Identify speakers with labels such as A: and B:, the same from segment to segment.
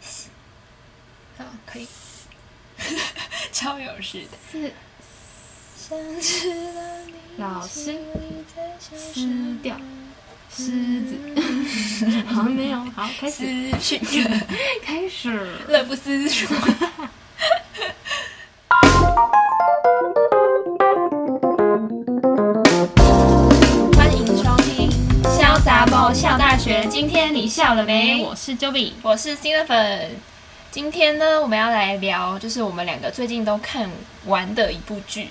A: 好，啊可 以，超有事的。
B: 是
C: 想知道你
B: 老师
C: 心里在想什
B: 撕
C: 么
B: 掉狮子，嗯好像没有，好开始
A: 思绪，
B: 开始，
A: 乐不思蜀。 欢迎收听《潇洒爆笑大学》，今天你笑了没？
B: 我是 Joey，
A: 哎我是新的粉。今天呢，我们要来聊，就是我们两个最近都看完的一部剧。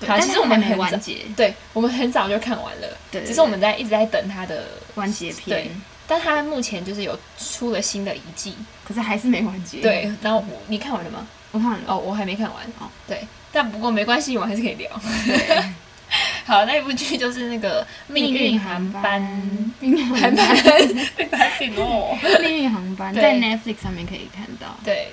B: 对
A: 好，
B: 但
A: 其
B: 是
A: 实我们
B: 还没
A: 很早
B: 完结，
A: 对，我们很早就看完了，
B: 对对
A: 只是我们在一直在等它的，
B: 完结篇
A: 对，但它目前就是有出了新的一季，
B: 可是还是没完结。，
A: 对。然后我你看完了吗？
B: 我看了，
A: 哦，我还没看完，
B: 哦
A: 对，但不过没关系，我们还是可以聊。
B: 对，
A: 好，那一部剧就是那个《命运航班》，
B: 命 运
A: 航班
B: 航班，
A: 被发现哦。
B: 命运航班
A: 对
B: 在 Netflix 上面可以看到。
A: 对，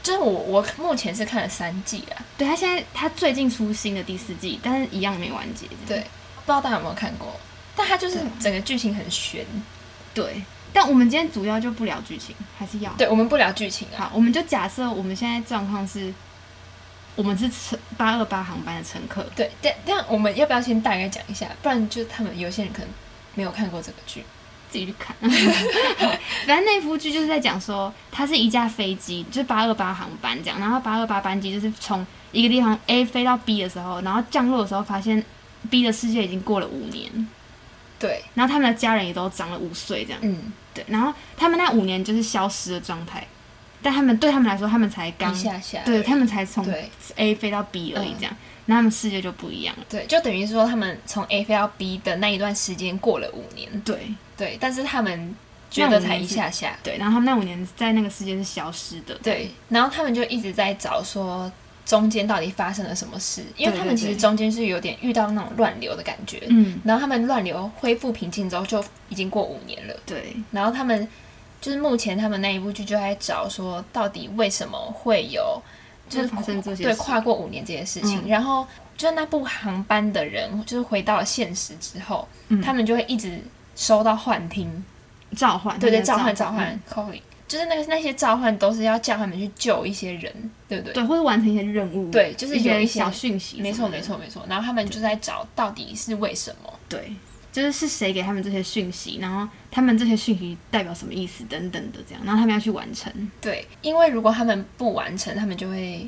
A: 就是我我目前是看了三季啦，
B: 对，他现在他最近出新的第四季，但是一样没完结。
A: 对，不知道大家有没有看过，但它就是整个剧情很悬。
B: 对，但我们今天主要就不聊剧情，还是要。
A: 对，我们不聊剧情啊，
B: 好，我们就假设我们现在状况是，我们是乘八二八航班的乘客，
A: 对，但但我们要不要先大概讲一下？不然就他们有些人可能没有看过这个剧。
B: 自己去看。 反正那部剧就是在讲说，它是一架飞机，就是八二八航班这样，然后八二八班机就是从一个地方 A 飞到 B 的时候，然后降落的时候发现 B 的世界已经过了五年，
A: 对，
B: 然后他们的家人也都长了五岁这样，
A: 嗯，
B: 对，然后他们那五年就是消失的状态，但他们对他们来说，他们才刚
A: 一。下下，
B: 对他们才从
A: 对嗯
B: A 飞到 B 而已，这样，那、他们世界就不一样了。
A: 对，就等于说他们从 A 飞到 B 的那一段时间过了五年，
B: 对
A: 对，但是他们觉得才一下下，
B: 对，然后他们那五年在那个世界是消失的。
A: 对，然后他们就一直在找说中间到底发生了什么事，因为
B: 对
A: 他们
B: 对
A: 其实
B: 对
A: 中间是有点遇到那种乱流的感觉，
B: 嗯，
A: 然后他们乱流恢复平静之后就已经过五年了，
B: 对
A: 然后他们就是目前他们那一部剧就在找说到底为什么会有就是
B: 会发生这些
A: 对
B: 事
A: 跨过五年这些事情，
B: 嗯
A: 然后就是那部航班的人就是回到了现实之后，
B: 嗯
A: 他们就会一直收到幻听，
B: 召唤，
A: 对对，
B: 那个
A: 召唤召
B: 嗯
A: 唤 calling，就是那个那些召唤都是要叫他们去救一些人，对不对？
B: 对，或者完成一些任务，
A: 对就是有
B: 些
A: 一些
B: 小讯息，
A: 没错没，错没错，然后他们就在找到底是为什么。
B: 对，就是是谁给他们这些讯息，然后他们这些讯息代表什么意思等等的这样，然后他们要去完成，
A: 对，因为如果他们不完成，他们就会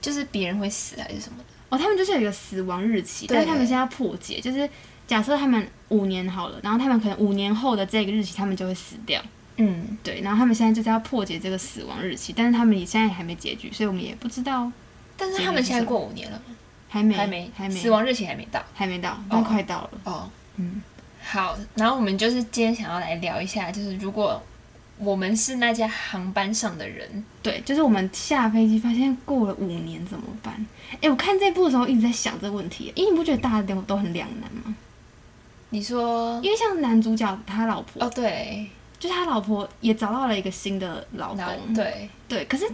A: 就是别人会死还是什么的。
B: 哦，他们就是有一个死亡日期，
A: 对
B: 但是他们
A: 对
B: 现在要破解，就是假设他们五年好了，然后他们可能五年后的这个日期他们就会死掉，
A: 嗯，
B: 对，然后他们现在就是要破解这个死亡日期，但是他们也现在还没结局，所以我们也不知道，
A: 但是他们现在过五年了吗，
B: 还没
A: 还没，
B: 还没
A: 死亡日期还没到
B: 还没到，但快到了，
A: 哦。
B: 嗯，
A: 好，然后我们就是今天想要来聊一下，就是如果我们是那家航班上的人，
B: 对，就是我们下飞机发现过了五年怎么办？哎，我看这部的时候一直在想这个问题，因为你不觉得大家都都很两难吗？
A: 你说
B: 因为像男主角他老婆，
A: 哦，对，
B: 就是他老婆也找到了一个新的老
A: 然后
B: 公，
A: 对
B: 对可是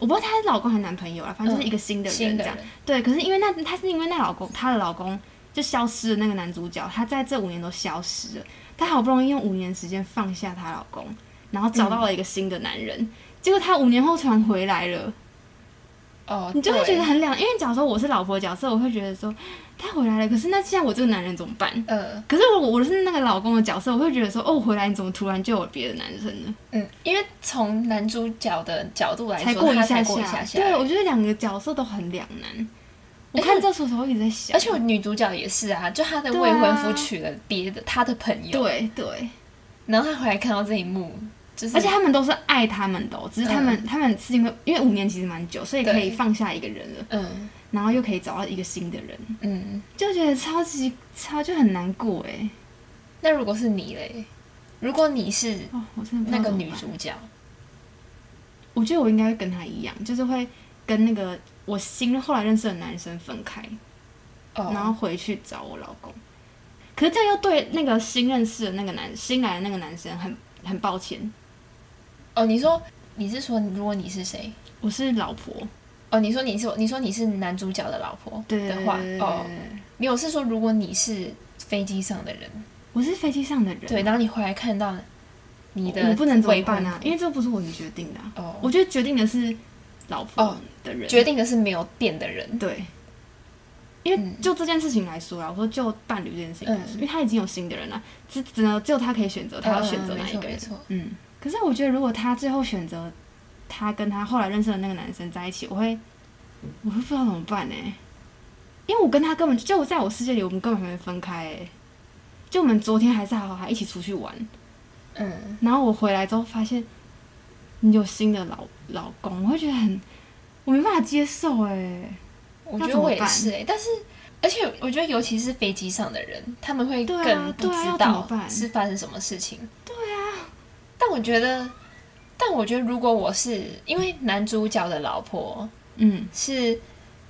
B: 我不知道她老公还是男朋友啦，反正就是一个新的
A: 嗯新
B: 人
A: 的
B: 这样。
A: 人，
B: 对，可是因为那她是因为那老公，她的老公就消失的那个男主角，他在这五年都消失了，她好不容易用五年时间放下她老公，然后找
A: 嗯
B: 到了一个新的男人，结果她五年后突然回来了。
A: 哦，
B: 你就会
A: 对
B: 觉得很两，因为假如说我是老婆角色，我会觉得说他回来了，可是那现在我这个男人怎么办？
A: 呃
B: 可是我我是那个老公的角色，我会觉得说哦，我回来你怎么突然就有别的男生了？
A: 嗯，因为从男主角的角度来哎说，
B: 才过一
A: 他
B: 下
A: 才过一下下，哎
B: 对我觉得两个角色都很两难。我看这时候一直在想，
A: 而且我女主角也是啊，就她的未婚夫娶了别的她的朋友，
B: 对啊对，
A: 然后她回来看到这一幕，就是嗯
B: 而且他们都是爱他们的哦、只是他们、他们是因为因为五年其实蛮久，所以可
A: 对
B: 以放下一个人了，
A: 嗯
B: 然后又可以找到一个新的人，
A: 嗯，
B: 就觉得超级超就很难过哎。
A: 那如果是你嘞，如果你是
B: 哦，我真的
A: 那
B: 不知道
A: 个
B: 怎么
A: 女
B: 办
A: 主角，
B: 我觉得我应该会跟他一样，就是会跟那个我新后来认识的男生分开，
A: 哦，
B: 嗯然后回去找我老公。可是这样又对那个新认识的那个男新来的那个男生很很抱歉，
A: 哦，你说你是说如果你是谁？
B: 我是老婆
A: 哦，你说你是你说你是男主角的老婆
B: 对
A: 的话，哦，没有是说如果你是飞机上的人，
B: 我是飞机上的人，
A: 对，然后你回来看到你的
B: 我不能怎么
A: 未婚
B: 办啊？因为这不是我能决定的啊、
A: 哦，
B: 我觉得决定的是老婆
A: 哦
B: 的人、
A: 决定的是没有电的人，
B: 对，因为
A: 嗯
B: 就这件事情来说啦，我说就伴侣这件事情来
A: 嗯
B: 说，因为他已经有新的人了，只只能只有他可以选择，他要选择
A: 嗯嗯
B: 哪一个
A: 没
B: 人。
A: 错，没错
B: 嗯可是我觉得如果他最后选择他跟他后来认识的那个男生在一起，我会我会不知道怎么办呢、因为我跟他根本就我在我世界里，我们根本还没分开、欸。就我们昨天还是好好还一起出去玩，
A: 嗯，
B: 然后我回来之后发现你有新的老老公，我会觉得很我没办法接受哎、
A: 我
B: 那
A: 觉
B: 怎
A: 得
B: 么
A: 我也
B: 办
A: 是、欸，但是而且我觉得尤其是飞机上的人，他们会
B: 对啊
A: 更不
B: 对啊要
A: 知
B: 怎么
A: 道
B: 办
A: 是发生什么事情。对啊，但我觉得，但我觉得如果我是因为男主角的老婆
B: 嗯，
A: 是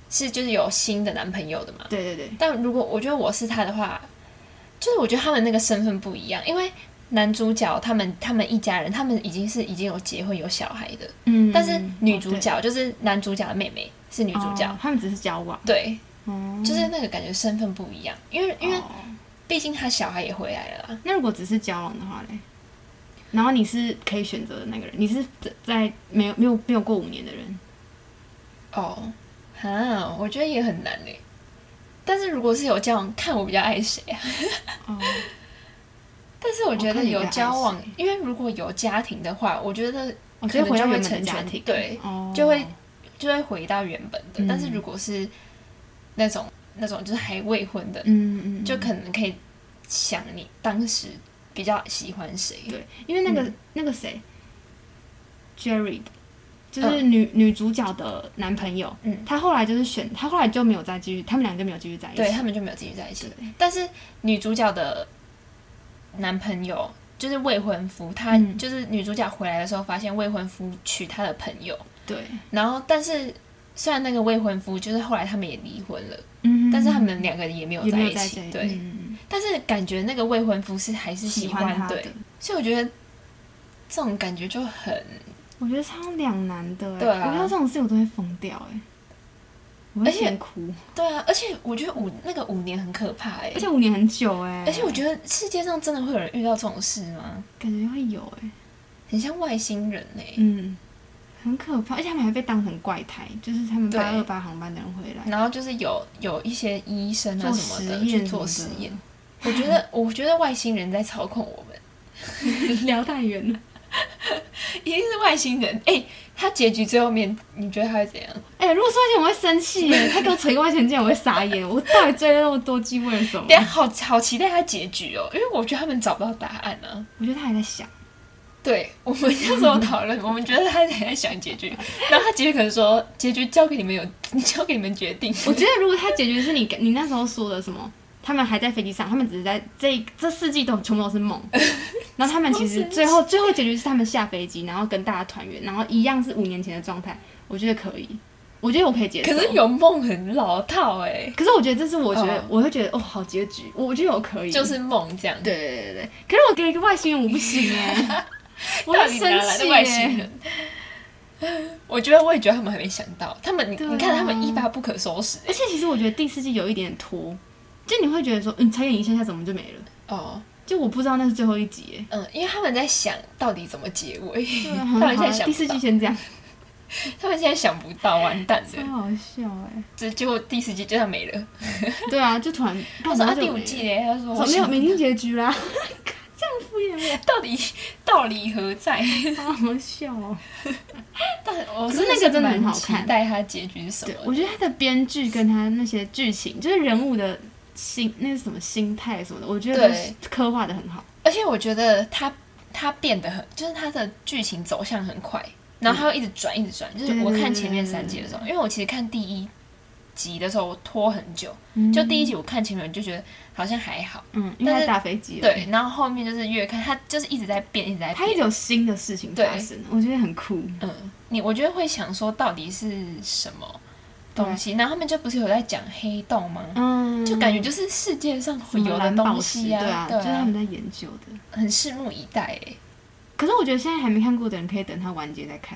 A: 是就是有新的男朋友的嘛，
B: 对对对，
A: 但如果我觉得我是他的话，就是我觉得他们那个身份不一样，因为男主角他们他们一家人，他们已经是已经有结婚有小孩的，
B: 嗯，
A: 但是女主
B: 哦
A: 角就是男主角的妹妹是女
B: 对
A: 主角，
B: 哦他们只是交往，
A: 对，
B: 嗯
A: 就是那个感觉身份不一样，因为因为
B: 哦
A: 毕竟他小孩也回来了啦，啊
B: 那如果只是交往的话嘞，然后你是可以选择的那个人，你是在在没有没有没有过五年的人，
A: 哦，啊，我觉得也很难嘞。但是如果是有交往，看我比较爱谁啊？
B: 哦，
A: 但是我觉
B: 哦看
A: 得
B: 你比较
A: 有交
B: 爱
A: 往
B: 谁，
A: 因为如果有家庭的话，我觉得
B: 我觉得哦回到
A: 可能
B: 原
A: 就会
B: 本的
A: 成
B: 家
A: 全
B: 庭，
A: 对
B: 哦，
A: 就会就会回到原本的。
B: 嗯
A: 但是如果是那种那种就是还未婚的，
B: 嗯嗯，嗯
A: 就可能可以想你当时比较喜欢谁。
B: 对，因为那个、
A: 嗯
B: 那个谁，Jerry，就是女、女主角的男朋友，
A: 嗯
B: 他后来就是选，他后来就没有再继续，他们两个就没有继续在一起，
A: 对他们就没有继续在一起
B: 对。
A: 但是女主角的男朋友就是未婚夫，他
B: 嗯
A: 就是女主角回来的时候发现未婚夫娶她的朋友，
B: 对，
A: 然后但是虽然那个未婚夫就是后来他们也离婚了，
B: 嗯，
A: 但是他们两个也没有
B: 也
A: 在
B: 没有
A: 一
B: 在
A: 起，
B: 一
A: 对。
B: 嗯
A: 但是感觉那个未婚夫是还是喜
B: 喜欢他
A: 对
B: 的，
A: 所以我觉得这种感觉就很，
B: 我觉得超两难的、欸，
A: 对啊
B: 我遇到这种事我都会疯掉、欸，哎，我会
A: 而且
B: 先哭，
A: 对啊，而且我觉得五那个五年很可怕哎、
B: 而且五年很久、欸，哎，
A: 而且我觉得世界上真的会有人遇到这种事吗？
B: 感觉会有、欸，哎，
A: 很像外星人哎、
B: 嗯，很可怕，而且他们还被当成怪胎，就是他们
A: 对
B: 八二八航班的 人回来
A: 然后就是有有一些医生啊
B: 做
A: 什
B: 实
A: 么的
B: 验
A: 去做
B: 什
A: 实
B: 么的
A: 验，我觉得我觉得外星人在操控我们，
B: 聊太远了，
A: 一定是外星人。哎、他结局最后面，你觉得他会怎样？
B: 哎、如果说一点我会生气耶，他给我捶一个外拳剑，我会傻眼，我到底追了那么多季为了什么？
A: 对啊，好好期待他结局哦，因为我觉得他们找不到答案啊。
B: 我觉得他还在想，
A: 对我们那时候讨 论，我们觉得他还在想结局，然后他结局可能说结局交给你们有， 交给你们决定。
B: 我觉得如果他解决是你你那时候说的什么，他们还在飞机上，他们只是在这这四季都全部都 是梦。然后他们其实最后最后结局是他们下飞机，然后跟大家团圆，然后一样是五年前的状态，我觉得可以，我觉得我可以接受。
A: 可是，有梦很老套哎、
B: 可是我觉得这是我觉得、
A: 嗯
B: 我会觉得哦，好结局，我我觉得我可以，
A: 就是梦这样。
B: 对对对对。可是我给一个外星人我不 行哎、我
A: 到
B: 很
A: 底
B: 生
A: 哪来
B: 气
A: 的
B: 耶
A: 外星人？ 我觉得，我也觉得他们还没想到，他们你、
B: 对啊
A: 你看他们一发不可收拾
B: 而且其实我觉得第四季有一点拖，就你会觉得说，嗯，才演一下下怎么就没了？
A: 哦，
B: 就我不知道那是最后一集耶、
A: 嗯，因为他们在想到底怎么结尾，
B: 对 啊
A: 他们现在
B: 好
A: 想
B: 第
A: 不
B: 四季
A: 到，
B: 先这样，
A: 他们现在想不到，完蛋
B: 超
A: 了，
B: 好笑哎、
A: 这结果第四季就这样没了。
B: 对啊，就突然
A: 他说啊，第五季嘞，他说
B: 说
A: 我
B: 没有
A: 想
B: 明定结局啦，这样敷衍
A: 到底 道理何在？
B: 我，好好笑哦、
A: 但我
B: 可是
A: 真
B: 那个真的
A: 蛮
B: 很好看
A: 期待它结局是什
B: 对，
A: 么
B: 我
A: 的。
B: 觉得他的编剧跟他那些剧情，就是人物的心那是什么心态什么的，我觉得都
A: 对
B: 刻画的很好。
A: 而且我觉得它它变得很，就是它的剧情走向很快，然后它会一直转，一直转。就是我看前面三集的时候，因为我其实看第一集的时候我拖很久，就第一集我看前面我就觉得好像还好，
B: 嗯，因为
A: 但
B: 他
A: 是
B: 打飞机了，
A: 对，，然后后面就是越看它就是一直在变，一直在
B: 他一
A: 变。
B: 直有新的事情发生，我觉得很酷。
A: 嗯，你我觉得会想说到底是什么东
B: 对
A: 西，然后他们就不是有在讲黑洞吗？
B: 嗯，
A: 就感觉就是世界上
B: 什
A: 会
B: 么
A: 有的
B: 蓝宝
A: 东
B: 石，
A: 西
B: 对
A: 啊，
B: 啊，就是他
A: 啊
B: 们，在研究的。
A: 很拭目以待哎。
B: 可是我觉得现在还没看过的人，可以等它完结再看。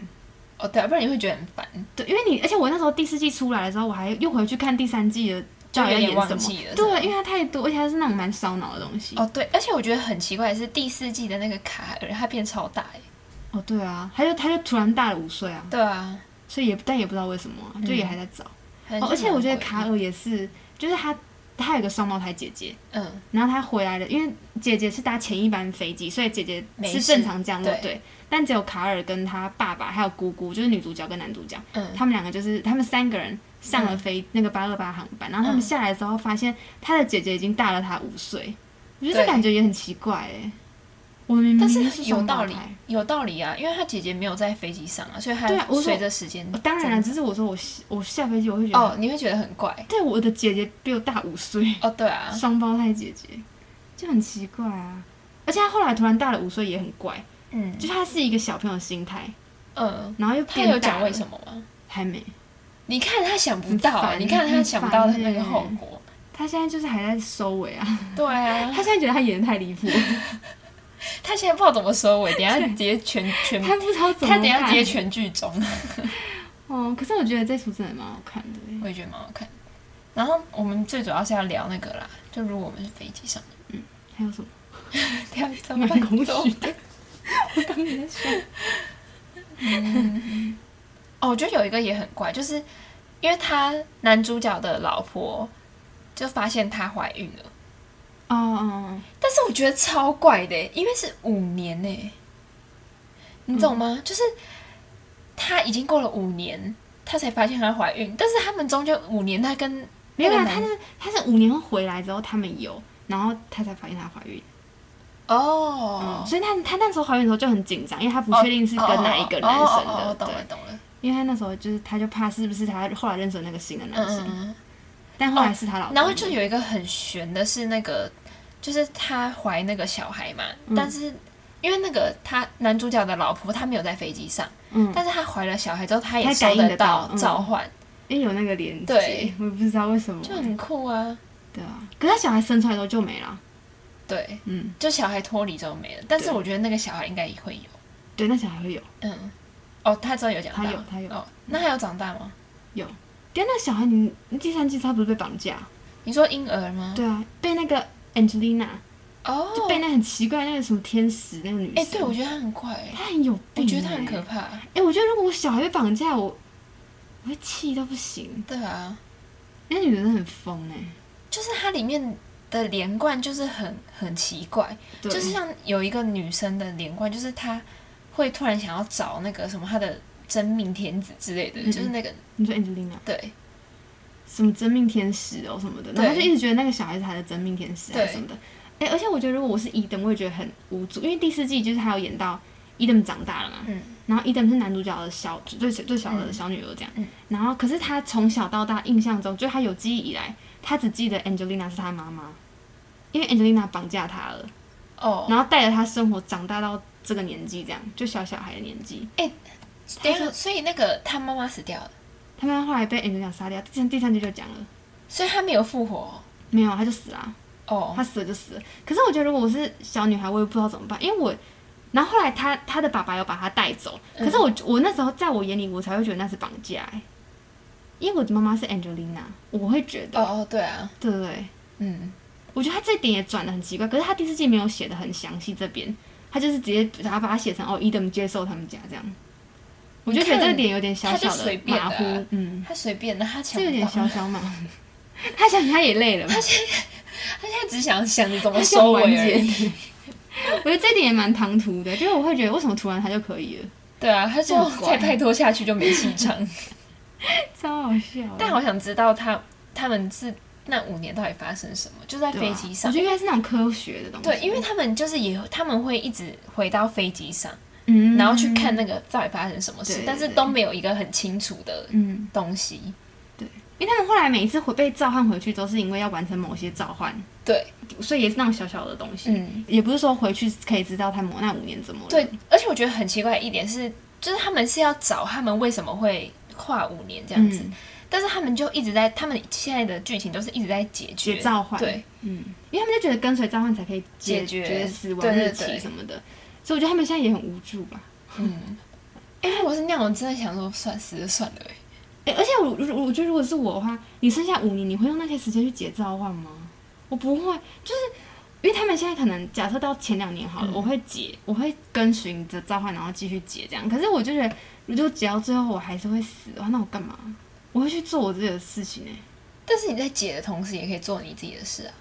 A: 哦，对啊，不然你会觉得很烦。
B: 对，因为你，而且我那时候第四季出来的时候，我还又回去看第三季的知道
A: 就有
B: 要
A: 点
B: 演
A: 忘
B: 什
A: 记了
B: 么。
A: 是吗
B: 对，啊因为它太多，而且它是那种蛮烧脑的东西。
A: 哦，对，而且我觉得很奇怪的是第四季的那个卡尔，他变超大哎。
B: 哦，对啊，他就他就突然大了五岁啊，
A: 对啊，
B: 所以也但也不知道为什么啊、就也
A: 嗯
B: 还在找。
A: 很
B: 哦，而且我觉得卡
A: 尔，
B: 尔也是，就是他他有个双胞胎姐姐，
A: 嗯，
B: 然后他回来了，因为姐姐是搭前一班飞机，所以姐姐
A: 没
B: 是
A: 事
B: 正常降落
A: 对
B: 对，但只有卡尔跟他爸爸还有姑姑，就是女主角跟男主角，
A: 嗯
B: 他们两个就是他们三个人上了
A: 嗯
B: 飞、那个八二八航班，然后他们
A: 嗯
B: 下来之后发现他的姐姐已经大了他五岁，我觉得这
A: 对
B: 感觉也很奇怪哎。我明明
A: 但
B: 明明
A: 是
B: 是
A: 有
B: 双
A: 道
B: 胞
A: 理
B: 胎，
A: 有道理啊，因为他姐姐没有在飞机上啊，所以他
B: 对啊我说
A: 随着时间
B: 哦，当然了，
A: 增
B: 只是我说我下我下飞机我会觉得，
A: 哦，你会觉得很怪
B: 对我的姐姐比我大五岁，
A: 哦，对啊，
B: 双胞胎姐姐就很奇怪啊。而且她后来突然大了五岁也很怪，
A: 嗯
B: 就她是一个小朋友的心态，
A: 嗯，
B: 然后又
A: 他
B: 变大
A: 有讲为什
B: 么？
A: 么吗？
B: 还没，
A: 你看他想不到啊，
B: 很烦
A: 你看他想不到的那
B: 很
A: 个
B: 烦欸
A: 后果，
B: 她现在就是还在收尾 啊，
A: 对啊
B: 她，现在觉得她演的太离谱了，
A: 他现在不知道怎么收尾，等一下直接 全全，
B: 她不知道怎么
A: 他嗯
B: 办。
A: 等一下直接全剧终，
B: 哦，可是我觉得这出真的蛮好看的耶。
A: 我也觉得蛮好看。然后我们最主要是要聊那个啦，就如果我们是飞机上的，
B: 还有什么？
A: 等一下怎么
B: 蛮
A: 办？
B: 空
A: 怎么
B: 虚的。我刚刚在说，
A: 哦，我觉得有一个也很怪，就是因为他男主角的老婆就发现她怀孕了，
B: 哦哦，
A: 但是我觉得超怪的，因为是五年呢，你懂吗？就是她已经过了五年，她才发现她怀孕，但是他们中间五年，她跟
B: 没有
A: 那
B: 啦，
A: 个男
B: 她是她是五年后回来之后，他们有，然后她才发现她怀孕。
A: 哦
B: 嗯，所以她她那时候怀孕的时候就很紧张，因为她不
A: 哦
B: 确定是跟哪一个男
A: 哦
B: 生
A: 哦哦哦
B: 的，
A: 哦懂
B: 对
A: 了。懂了，
B: 因为她那时候就是她就怕是不是她后来认识的那个新的男
A: 嗯
B: 生，
A: 嗯嗯。
B: 但后来是她老公。
A: 然后就有一个很悬的是那个，就是她怀那个小孩嘛，
B: 嗯
A: 但是因为那个他男主角的老婆她没有在飞机上，
B: 嗯，
A: 但是她怀了小孩之后，她也
B: 她
A: 收
B: 感应得
A: 到
B: 到嗯
A: 召唤，
B: 因为有那个连接
A: 对，
B: 我也不知道为什么
A: 就。很酷啊。
B: 对啊，可是她小孩生出来之后就没了。
A: 对，
B: 嗯，
A: 就小孩脱离之后没了，但是我觉得那个小孩应该也会有，
B: 对，那小孩会有。
A: 嗯，哦，他之后有讲到，
B: 他有他有
A: 哦，那他有长大吗？
B: 对，那小孩你你第三季他不是被绑架？
A: 你说婴儿吗？
B: 对啊，被那个 Angelina
A: 哦，
B: 就被那很奇怪那个什么天使那个女生。
A: 哎，对，我觉得他很快，哎
B: 她很有
A: 我
B: 病，
A: 觉得他很可。怕，
B: 哎，我觉得如果我小孩被绑架，我我会气到不行。
A: 对啊，
B: 那女人真的很疯哎、
A: 就是它里面的连贯就是很很奇怪，
B: 对
A: 就是像有一个女生的连贯，就是她会突然想要找那个什么她的真命天子之类的，
B: 嗯
A: 就是那个
B: 你说 Angelina
A: 对
B: 什么真命天使哦什么的，然后
A: 对
B: 他就一直觉得那个小孩是他的真命天使啊
A: 对
B: 什么的。哎、而且我觉得如果我是伊登，我也觉得很无助，因为第四季就是他有演到伊登长大了嘛，
A: 嗯
B: 然后伊登是男主角的小最最最小的小女儿这样，
A: 嗯
B: 然后可是他从小到大印象中，就他有记忆以来，他只记得 Angelina 是他妈妈，因为 Angelina 绑架他了，
A: 哦，
B: 然后带着他生活长大到这个年纪，这样就小小孩的年纪。
A: 等一
B: 她
A: 下，
B: 说
A: 所以那个她妈妈死掉了，
B: 他妈妈后来被 Angelina 杀掉，第三第三季就讲了，
A: 所以她没有复活
B: 没有，他就死了啊。
A: 哦，
B: 她死了就死了。可是我觉得如果我是小女孩，我也不知道怎么办，因为我， 然后后来她她的爸爸有把她带走，
A: 嗯
B: 可是我、我那时候在我眼里，我才会觉得那是绑架、欸，因为我的妈妈是 Angelina，我会觉得，
A: 哦哦对啊，
B: 对不对？
A: 嗯，
B: 我觉得她这点也转的很奇怪，可是她第四季没有写的很详细，这边她就是直接把它把它写成哦，Edom 接受他们家这样，我就觉得这个点有点小小
A: 她就随便的
B: 马
A: 啊
B: 虎，嗯，
A: 她随便的，她抢
B: 这有
A: 不
B: 点
A: 到，
B: 小小马虎，
A: 啊
B: 她想她也累了吧。
A: 她现在只想想着怎么
B: 他
A: 收尾
B: 完
A: 而
B: 结
A: 已。
B: 的。 我觉得这点也蛮唐突的，就是我会觉得为什么突然他就可以了，
A: 对啊，她说
B: 这么乖
A: 再拍拖下去就没戏唱。
B: 超好笑的。
A: 但好想知道他他们是那五年到底发生什么，就在
B: 对啊
A: 飞机上
B: 我觉。得应该是那种科学的东西。
A: 对，因为他们就是也他们会一直回到飞机上，
B: 嗯，
A: 然后去看那个到底发生什么事
B: 对，
A: 但是
B: 对
A: 都没有一个很清楚的
B: 嗯，
A: 东西。
B: 因为他们后来每一次回被召唤回去，都是因为要完成某些召唤，
A: 对，
B: 所以也是那种小小的东西。
A: 嗯，
B: 也不是说回去可以知道他们那五年怎么了
A: 对，而且我觉得很奇怪的一点是，就是他们是要找他们为什么会跨五年这样子，
B: 嗯
A: 但是他们就一直在他们现在的剧情都是一直在解决
B: 解召唤
A: 对，
B: 嗯，因为他们就觉得跟随召唤才可以解
A: 解决
B: 死亡
A: 对对
B: 日期
A: 对
B: 什么的，所以我觉得他们现在也很无助吧。
A: 嗯，哎、如果是那样，我真的想说算死就算了、欸，
B: 哎、而且我如我我觉得如果是我的话，你剩下五年，你会用那些时间去解召唤吗？我不会，就是因为他们现在可能假设到前两年好了，
A: 嗯
B: 我会解，我会跟循着召唤，然后继续解这样。可是我就觉得，如果解到最后我还是会死的话，那我干嘛？我会去做我自己的事情哎、
A: 但是你在解的同时，也可以做你自己的事啊，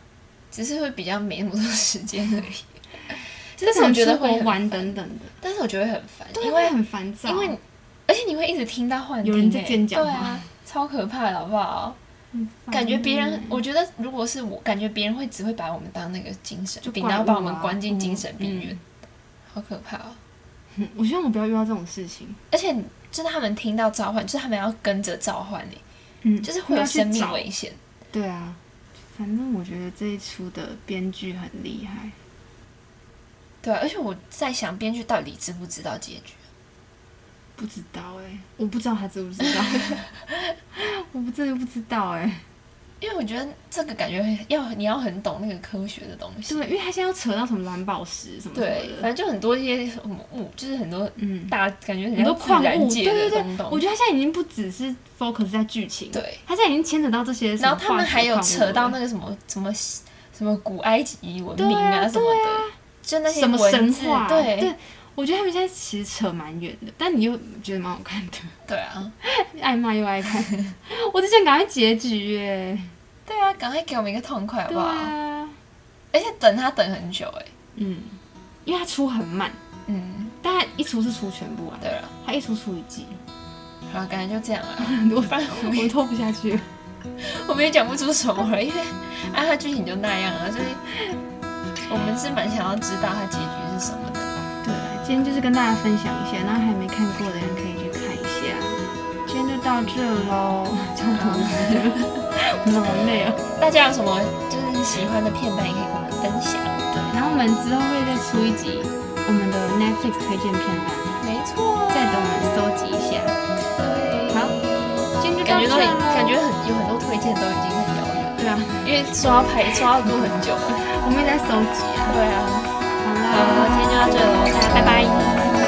A: 只是会比较没那么多时间而已。 但是我觉得
B: 可
A: 会
B: 能出
A: 很
B: 国玩
A: 烦
B: 等等的，
A: 但是我觉得会很烦，
B: 对，啊
A: 因
B: 会
A: 为
B: 很烦躁，
A: 因为你而且你会一直听到幻听、
B: 有人在
A: 欸
B: 尖叫
A: 对
B: 吗
A: 啊，超可怕的好不好？
B: 很烦
A: 感觉别人
B: 欸，
A: 我觉得如果是我，感觉别人会只会把我们当那个精神
B: 就
A: 病，
B: 怪
A: 然后把
B: 物
A: 我们
B: 啊
A: 关进精神病
B: 嗯
A: 院，好可怕哦！
B: 嗯我希望我不要遇到这种事情。
A: 而且就是他们听到召唤，就是他们要跟着召唤诶，
B: 嗯，
A: 就是会有
B: 要去
A: 生命
B: 找
A: 危险。
B: 对啊，反正我觉得这一出的编剧很厉害。
A: 对啊、而且我在想，编剧到底知不知道结局？
B: 不知道哎、我不知道他知不知 道，我不真的不知道哎、
A: 因为我觉得这个感觉很要你要很懂那个科学的东西，
B: 对，因为他现在要扯到什么蓝宝石什么什
A: 对，
B: 么的，
A: 反正就很多一些什么物，就是很多
B: 嗯，
A: 大感觉很
B: 很多
A: 像自
B: 矿
A: 然
B: 物，
A: 界
B: 对
A: 的
B: 对对
A: 东，
B: 我
A: 东。
B: 觉得他现在已经不只是 focus 在剧情，
A: 对，
B: 他现在已经牵扯到这些什么
A: 然
B: 化
A: 后
B: 学矿物
A: 他
B: 了，
A: 们还有扯到那个什么什么什么古埃及文明
B: 对啊
A: 什么的，就那些
B: 什么
A: 文
B: 神
A: 字，
B: 话，
A: 对
B: 对。我觉得他们现在其实扯蛮远的，但你又觉得蛮好看的，
A: 对啊，
B: 爱骂又爱 看。我只想赶快结局耶，
A: 对啊，赶快给我们一个痛快好
B: 对
A: 不好？
B: 啊，
A: 而且等他等很久哎、
B: 嗯，因为他出很慢，
A: 嗯，
B: 但他一出是出全部啊，
A: 对了，
B: 他一出出一季，
A: 好了，感觉就这样了，
B: 我
A: 不然我
B: 我
A: 们
B: 拖不下去了。
A: 我们也讲不出什么了，因为啊，他剧情就那样啊了，所以我们是蛮想要知道他结局是什么的。
B: 对，今天就是跟大家分享一下，那还没看过的人可以去看一下。今天就到这喽，这样子 我们好累哦。
A: 大家有什么就是喜欢的片段，也可以跟我们分享。
B: 对，然后我们之后会再出一集我们的 Netflix 推荐片单，
A: 没错
B: 再等我们搜集一下。
A: 对，
B: 好，今天就
A: 感觉
B: 到这
A: 到
B: 喽。
A: 感觉很有很多推荐都已经很遥远，
B: 对啊，
A: 因为刷牌刷了都很久了。
B: 我们也在搜集啊。
A: 对啊，
B: 好啦，
A: 好，今天就到这了，大家拜拜。
B: 拜拜。